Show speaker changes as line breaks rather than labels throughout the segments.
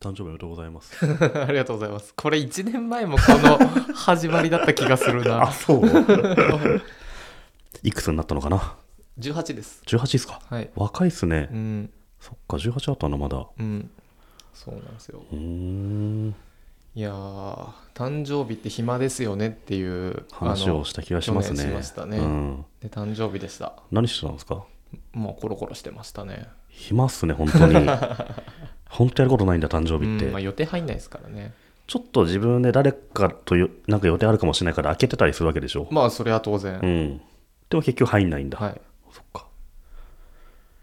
誕生日おめでとうございます。
ありがとうございます。これ1年前もこ の始まりだった気がする
あ、
な。
そう いくつになったのかな
18です。
?18 ですか
はい。
若いっすね。
うん。
そっか、18だったな、まだ。
うん。そうなんですよ。
うーん。
いやー、誕生日って暇ですよねっていう
話をした気がします
去
ね。
年しましたね
うん。
あので誕生日でした。
何してたんですか
もうコロコロしてましたね。
暇っすね、本当 に。本当やることないんだ、誕生日って。
うんまあ、予定入んないですからね。
ちょっと自分で誰かとよなんか予定あるかもしれないから開けてたりするわけでしょ。
まあ、それは当然。
うん。でも結局入んないんだ。
はい。
そっか。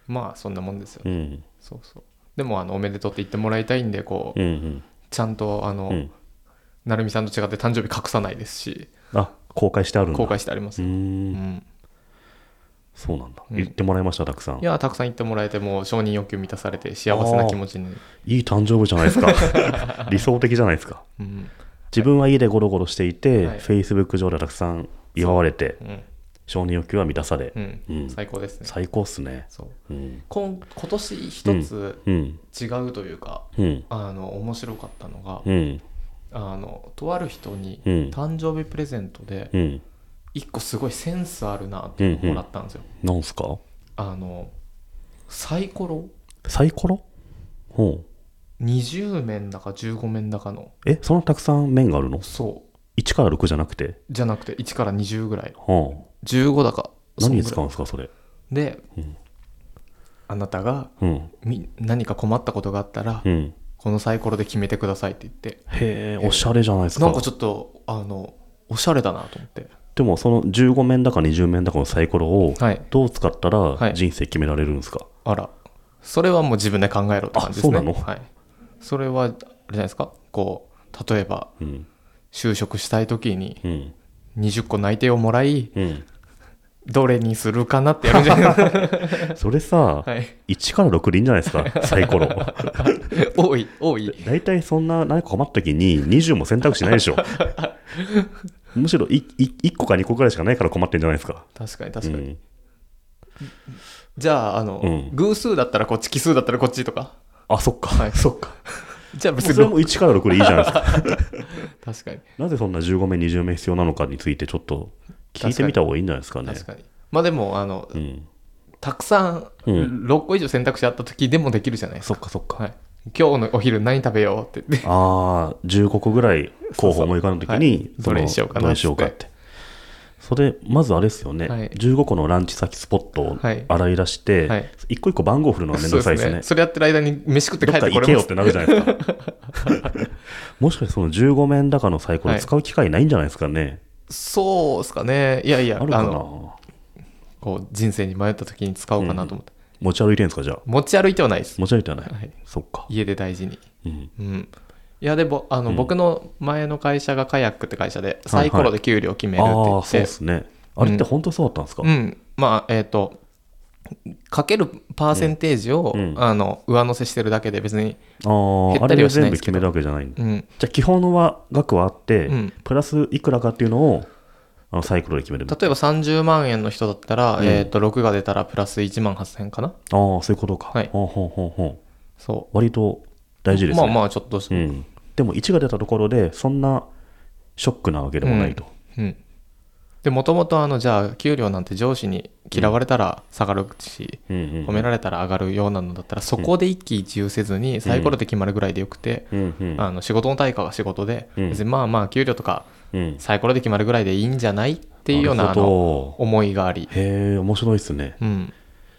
まあ、そんなもんですよ。
うん。
そうそう。でも、あの、おめでとうって言ってもらいたいんで、こう、
うんうん。
ちゃんと、あの、
うん、
なるみさんと違って誕生日隠さないですし、
あ、公開してあるんだ。
公開してありま
う
す
ー。
よ。うんん。
そうなんだ。
うん
言ってもらいました、たくさん。
いや、たくさん言ってもらえて、もう承認欲求満たされて、幸せな気持ちに。
いい誕生日じゃないです か。理想的じゃないですか。
うん。
自分は家でゴロゴロしていて、
はい
Facebook 上ではたくさん祝われて、
うん。
承認欲求は満たされ、
うん。
うん
最高ですね。
最高っすね。
そう。
うん。
今今年一つ
うん。
違うというか、
うん。
あの、面白かったのが、
うん。
あの、とある人に、
うん。
誕生日プレゼントで、
うん。
一個すごいセンスあるなっていうのをもらったんですよ。
なんすか
あの、サイコロ
サイコロほう。
20面だか15面だかの、
え、そんなたくさん面があるの
そ
?1 から6じゃなくて。
う、じゃなくて、1から20ぐらい。
ほ
15だか。
う。何に
そ
使うん
んぐらい
ですか、それ。
で、
うん
あなたが
うん。
み何か困ったことがあったら、
うん。
このサイコロで決めてくださいって言って
へえ、おしゃれじゃないです
な
か。
んかちょっとあのおしゃれだなと思って
でも、その15面だか20面だかのサイコロを、
はい
どう使った
は
ら
い
人生決められるんですか、
あらそれはもう自分で考えろって感じです
あ
ね
そうなの
はい、それはあれじゃないですかこう例えば
うん。
就職したい時に
うん。
20個内定をもらい
うん。
どれにするかなってやるんじゃな いですか
それさ、
はい
1から6でいいんじゃないですか、サイコ ロ。
多い多い
大体そんな何か困った時に20も選択肢ないでしょ。むしろいい1個か2個くらいしかないから困ってんじゃないですか。
確かに確かに、
うん
じゃああの、
うん
偶数だったらこっち奇数だったらこっちとか
あ、そっか、
はい
そっ か。
じゃあ別
それ
に
も1から6でいいじゃないですか。
確かに
なぜそんな15名、20名必要なのかについてちょっと聞いてみた方がいいんじゃないですかね。
確かにまあでもあの
うん。
たくさん
うん
6個以上選択肢あった時でもできるじゃないです
そ
か、
っかそっか。
はい、今日のお昼何食べようって言って
ああ、15個ぐらい候補思い浮かんだときに、
そうそうはい
その
どれにしようかな
どれにしようかって。それ、まずあれですよね、
はい
15個のランチ先スポットを
はい
洗い出して、
はい
一個一個番号振るのはめんどくさいですね。
それやってる間に飯食って
ど
帰
っ
っ
か
て
行
これ
けよ
ま
っ
す
てなるじゃないですか。もしかしてその15面高のサイコロ
はい
使う機会ないんじゃないですかね。
そうですかねいやいや
あるかな
のこう人生に迷った時に使おうかなと思って、
持ち歩いてるんですか、じゃあ。
持ち歩いてはないです
持ち歩いてはない。
はい
そっか。
家で大事に
うん。
うんいやでもあの、僕の前の会社がカヤックって会社でサイコロで給料を決めるって言って、
ああ、そうですね。あれって本当そうだったんですか、
うん、まあえっ、とかけるパーセンテージを、
うんうん
あの上乗せしてるだけで別に、
ああ、
減
あ
った
れ
り
で
はし
全
ない
部
で
決
すけ
め
ど
るわけじゃないんだ
うん、
じゃあ基本は額はあって、
うん
プラスいくらかっていうのをあのサイクルで決める
例えば30万円の人だったら、
うん
えっと6が出たらプラス1万8000円かな
ああーそういうことか、
はい
ほうほうほうほう
そ
割と
う
大事ですね
まあまあちょっとし
うん、でも1が出たところでそんなショックなわけでもないと、
うんでもともとあのじゃあ給料なんて上司に嫌われたら下がるし、
うんうん
褒められたら上がるようなのだったらそこで一喜一憂せずにサイコロで決まるぐらいでよくて、
うんうん
あの仕事の対価が仕事で、
うん
別にまあまあ給料とか
うん、っ
サイコロで決まるぐらいでいいんじゃないっていうようなあの思いがあり、
へえ面白いですね
うん、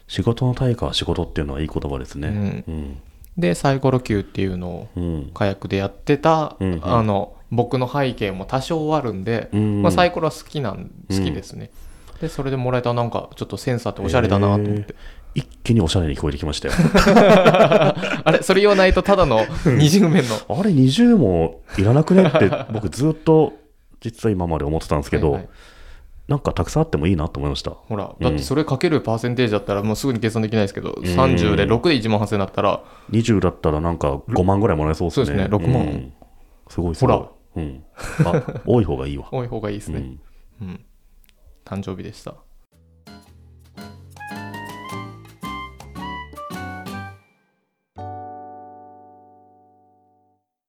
仕事の対価は仕事っていうのはいい言葉ですねうん
でサイコロ級っていうのを
うん
火薬でやってた、
うんうん
あの僕の背景も多少あるんで、
うん
まあ、サイコロは好きなん
う
好
ん
きですね、でそれでもらえたなんかちょっとセンスあっておしゃれだなと思って、
一気におしゃれに聞こえてきましたよ
あれそれ言わないとただの20面の
あれ20もいらなくねって僕ずっと実は今まで思ってたんですけど、
はいはい
なんかたくさんあってもいいなと思いました。
ほら
うん
だってそれかけるパーセンテージだったらもうすぐに計算できないですけど、
ん
30で6で1万8000だったら
20だったらなんか5万ぐらいもらえそうですね。
そうですね6万
うんすごいすごい。
ほら
うん。あ、多い方がいいわ。
多い方がいいです
う
ね、
ん
うん誕生日でした